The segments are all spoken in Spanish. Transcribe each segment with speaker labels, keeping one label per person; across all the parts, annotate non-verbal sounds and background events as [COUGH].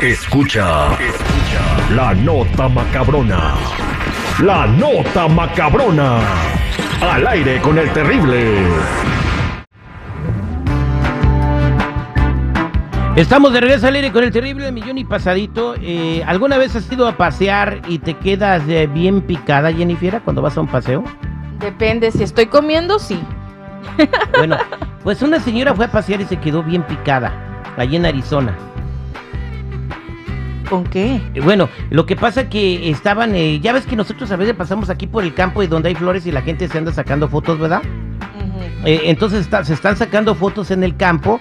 Speaker 1: Escucha, escucha la nota macabrona. La nota macabrona. Al aire con el terrible.
Speaker 2: Estamos de regreso al aire con el terrible millón y pasadito. Eh, ¿Alguna vez has ido a pasear y te quedas eh, bien picada, Jennifer, cuando vas a un paseo?
Speaker 3: Depende, si estoy comiendo, sí.
Speaker 2: Bueno, pues una señora fue a pasear y se quedó bien picada, allí en Arizona.
Speaker 3: ¿Con qué?
Speaker 2: Eh, Bueno, lo que pasa que estaban, eh, ya ves que nosotros a veces pasamos aquí por el campo y donde hay flores y la gente se anda sacando fotos, ¿verdad? Eh, entonces está- se están sacando fotos en el campo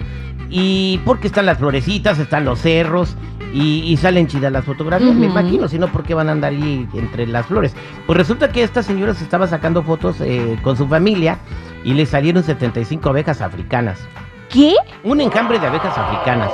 Speaker 2: y porque están las florecitas, están los cerros y, y salen chidas las fotografías, me
Speaker 3: Ujú.
Speaker 2: imagino, si no, ¿por qué van a andar ahí entre las flores? Pues resulta que esta señora se estaba sacando fotos eh, con su familia y le salieron 75 abejas africanas.
Speaker 3: ¿Qué?
Speaker 2: Un enjambre de abejas africanas.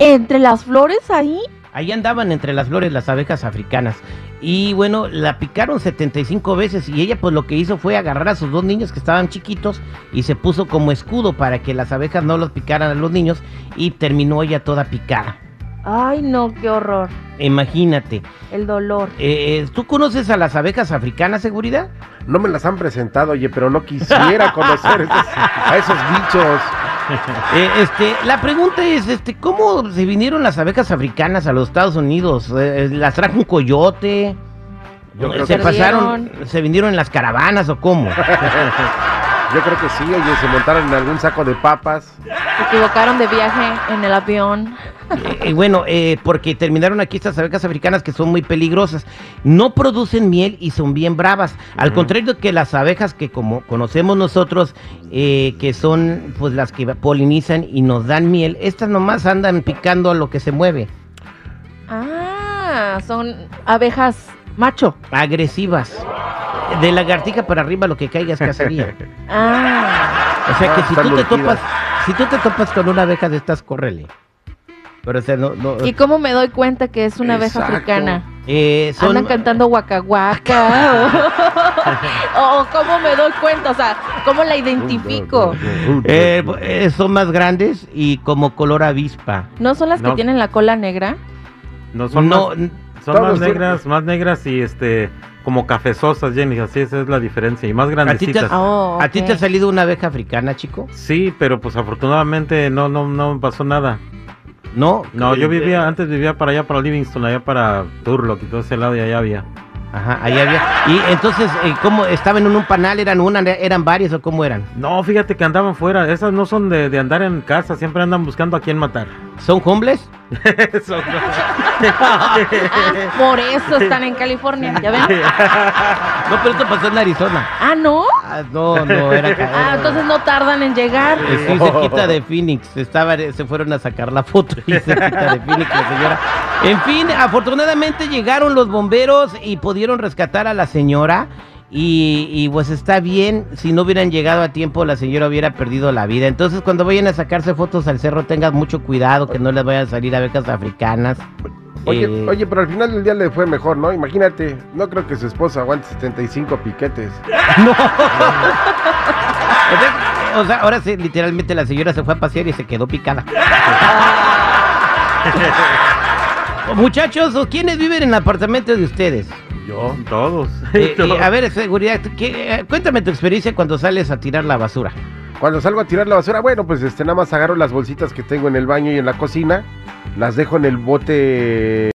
Speaker 3: ¿Entre las flores ahí?
Speaker 2: Ahí andaban entre las flores las abejas africanas. Y bueno, la picaron 75 veces y ella pues lo que hizo fue agarrar a sus dos niños que estaban chiquitos y se puso como escudo para que las abejas no los picaran a los niños y terminó ella toda picada.
Speaker 3: Ay, no, qué horror.
Speaker 2: Imagínate.
Speaker 3: El dolor.
Speaker 2: Eh, ¿Tú conoces a las abejas africanas, seguridad?
Speaker 4: No me las han presentado, oye, pero
Speaker 2: [LAUGHS]
Speaker 4: no quisiera conocer esos- a esos bichos.
Speaker 2: Eh, este, la pregunta es, este, ¿cómo se vinieron las abejas africanas a los Estados Unidos? Eh, ¿Las trajo un coyote?
Speaker 4: Yo creo,
Speaker 2: ¿Se
Speaker 4: que,
Speaker 3: Perdieron.
Speaker 2: pasaron, se vinieron en las caravanas o cómo?
Speaker 4: yo creo que sí, oye, se montaron en algún saco de papas.
Speaker 3: Se equivocaron de viaje Ah. en el avión.
Speaker 2: Eh, eh, bueno, eh, porque terminaron aquí estas abejas africanas que son muy peligrosas. No producen miel y son bien bravas. Al contrario que las abejas que como conocemos nosotros, eh, que son pues las que polinizan y nos dan miel, estas nomás andan picando a lo que se mueve.
Speaker 3: Ah, son abejas macho.
Speaker 2: Agresivas. De lagartija para arriba lo que caiga es cacería.
Speaker 3: Ah,
Speaker 2: O sea que
Speaker 4: Ah,
Speaker 2: si
Speaker 4: están
Speaker 2: tú te
Speaker 4: urgidas.
Speaker 2: topas, si tú te topas con una abeja de estas, córrele. Pero o sea, no, no,
Speaker 3: ¿y cómo me doy cuenta que es una abeja
Speaker 4: Exacto.
Speaker 3: africana?
Speaker 2: eh, son-
Speaker 3: Andan cantando
Speaker 2: [LAUGHS]
Speaker 3: guacaguaca. o, o cómo me doy cuenta, o sea, ¿cómo la identifico?
Speaker 2: Eh, bu- eh, son más grandes y como color avispa.
Speaker 3: ¿No son las que
Speaker 5: No.
Speaker 3: tienen la cola negra?
Speaker 5: No son
Speaker 2: no,
Speaker 5: más,
Speaker 2: n-
Speaker 5: son
Speaker 4: Todos
Speaker 5: más
Speaker 4: son-
Speaker 5: negras, más negras y este como cafezosas, Jenny, así esa es la diferencia y más
Speaker 2: ¿A ti te-
Speaker 5: grandecitas.
Speaker 3: Oh,
Speaker 2: ¿A ti te ha
Speaker 3: ok.
Speaker 2: salido una abeja africana, chico?
Speaker 5: Sí, pero pues afortunadamente no no no me pasó nada.
Speaker 2: No.
Speaker 5: No, yo
Speaker 2: Eh,
Speaker 5: vivía antes vivía para allá para Livingston, allá para Turlock y todo ese lado y allá había.
Speaker 2: Ajá, ahí había. Y entonces, eh, ¿cómo estaban en un panal? ¿Eran una? ¿Eran varias o cómo eran?
Speaker 5: No, fíjate que andaban fuera, esas no son de, de andar en casa, siempre andan buscando a quién matar. [LAUGHS]
Speaker 2: ¿Son homeless?
Speaker 5: Eso.
Speaker 3: Ah, [LAUGHS] por eso están en California, ¿ya ven?
Speaker 2: No, pero esto pasó en Arizona.
Speaker 3: Ah, ¿no?
Speaker 2: Ah, no, no, era.
Speaker 3: Ah, entonces no tardan en llegar.
Speaker 2: Eh, Sí, cerquita de Phoenix. Estaba, se fueron a sacar la foto y cerquita de Phoenix la señora. En fin, afortunadamente llegaron los bomberos y pudieron rescatar a la señora. Y, y, pues está bien, si no hubieran llegado a tiempo la señora hubiera perdido la vida. Entonces cuando vayan a sacarse fotos al cerro tengan mucho cuidado que no les vayan a salir abejas africanas.
Speaker 4: Oye,
Speaker 2: Eh,
Speaker 4: oye, pero al final del día le fue mejor, ¿no? Imagínate, no creo que su esposa aguante 75 piquetes.
Speaker 2: No. O sea, o sea, ahora sí, literalmente la señora se fue a pasear y se quedó
Speaker 4: [LAUGHS]
Speaker 2: picada. Muchachos, ¿o ¿quiénes viven en apartamentos de ustedes?
Speaker 5: Yo, todos. [LAUGHS]
Speaker 2: Eh,
Speaker 5: Todos.
Speaker 2: eh, a ver, seguridad, ¿qué- eh, cuéntame tu experiencia cuando sales a tirar la basura.
Speaker 4: Cuando salgo a tirar la basura, bueno, pues este, nada más agarro las bolsitas que tengo en el baño y en la cocina, las dejo en el bote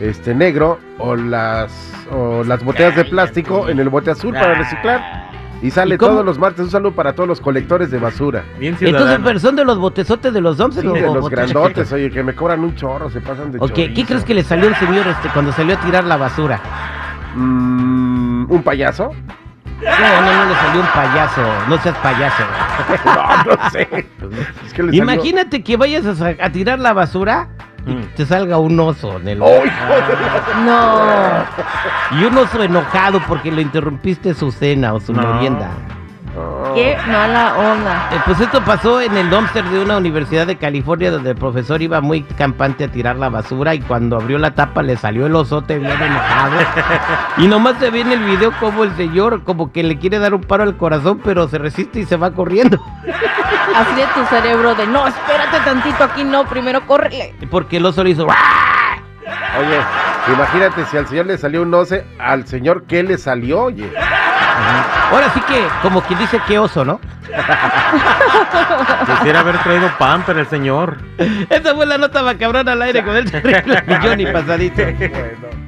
Speaker 4: este negro o las o las botellas de plástico en el bote azul para reciclar y
Speaker 2: Ah. ¿Y
Speaker 4: sale
Speaker 2: cómo?
Speaker 4: todos los martes un saludo para todos los colectores de basura.
Speaker 5: Bien
Speaker 2: Entonces,
Speaker 5: ciudadano.
Speaker 2: pero son de los botezotes de los dumps
Speaker 4: Sí, de los grandotes, oye, que me cobran un chorro, se pasan de
Speaker 2: Ok, ¿qué
Speaker 4: chorizo.
Speaker 2: crees que le salió al señor este cuando salió a tirar la basura?
Speaker 4: Mm, ¿Un
Speaker 2: [LAUGHS]
Speaker 4: payaso?
Speaker 2: No, no, no le salió un payaso, no seas payaso.
Speaker 4: No, no sé. Es que le salió-
Speaker 2: Pues Imagínate que vayas a, sa- a tirar la basura y
Speaker 5: Mm.
Speaker 2: que te salga un oso en el
Speaker 4: ¡Oh, hijo de la-
Speaker 3: No.
Speaker 2: y un oso enojado porque lo interrumpiste su cena o su
Speaker 5: No.
Speaker 2: merienda.
Speaker 4: No.
Speaker 3: Qué mala onda.
Speaker 2: Eh, pues esto pasó en el dumpster de una universidad de California donde el profesor iba muy campante a tirar la basura y cuando abrió la tapa le salió el osote bien enojado. y nomás se ve en el video como el señor como que le quiere dar un paro al corazón pero se resiste y se va corriendo.
Speaker 3: Así de tu cerebro de no, espérate tantito aquí, no, primero córrele.
Speaker 2: Porque el oso le hizo... "¡Ah!".
Speaker 4: Oye, imagínate si al señor le salió un 11, al señor qué le salió, oye.
Speaker 2: Ahora sí que, como quien dice que oso, ¿no?
Speaker 5: Quisiera haber traído pamper el señor.
Speaker 2: Esa fue la nota macabrona al aire con el terrible millón y pasadito.
Speaker 4: Bueno.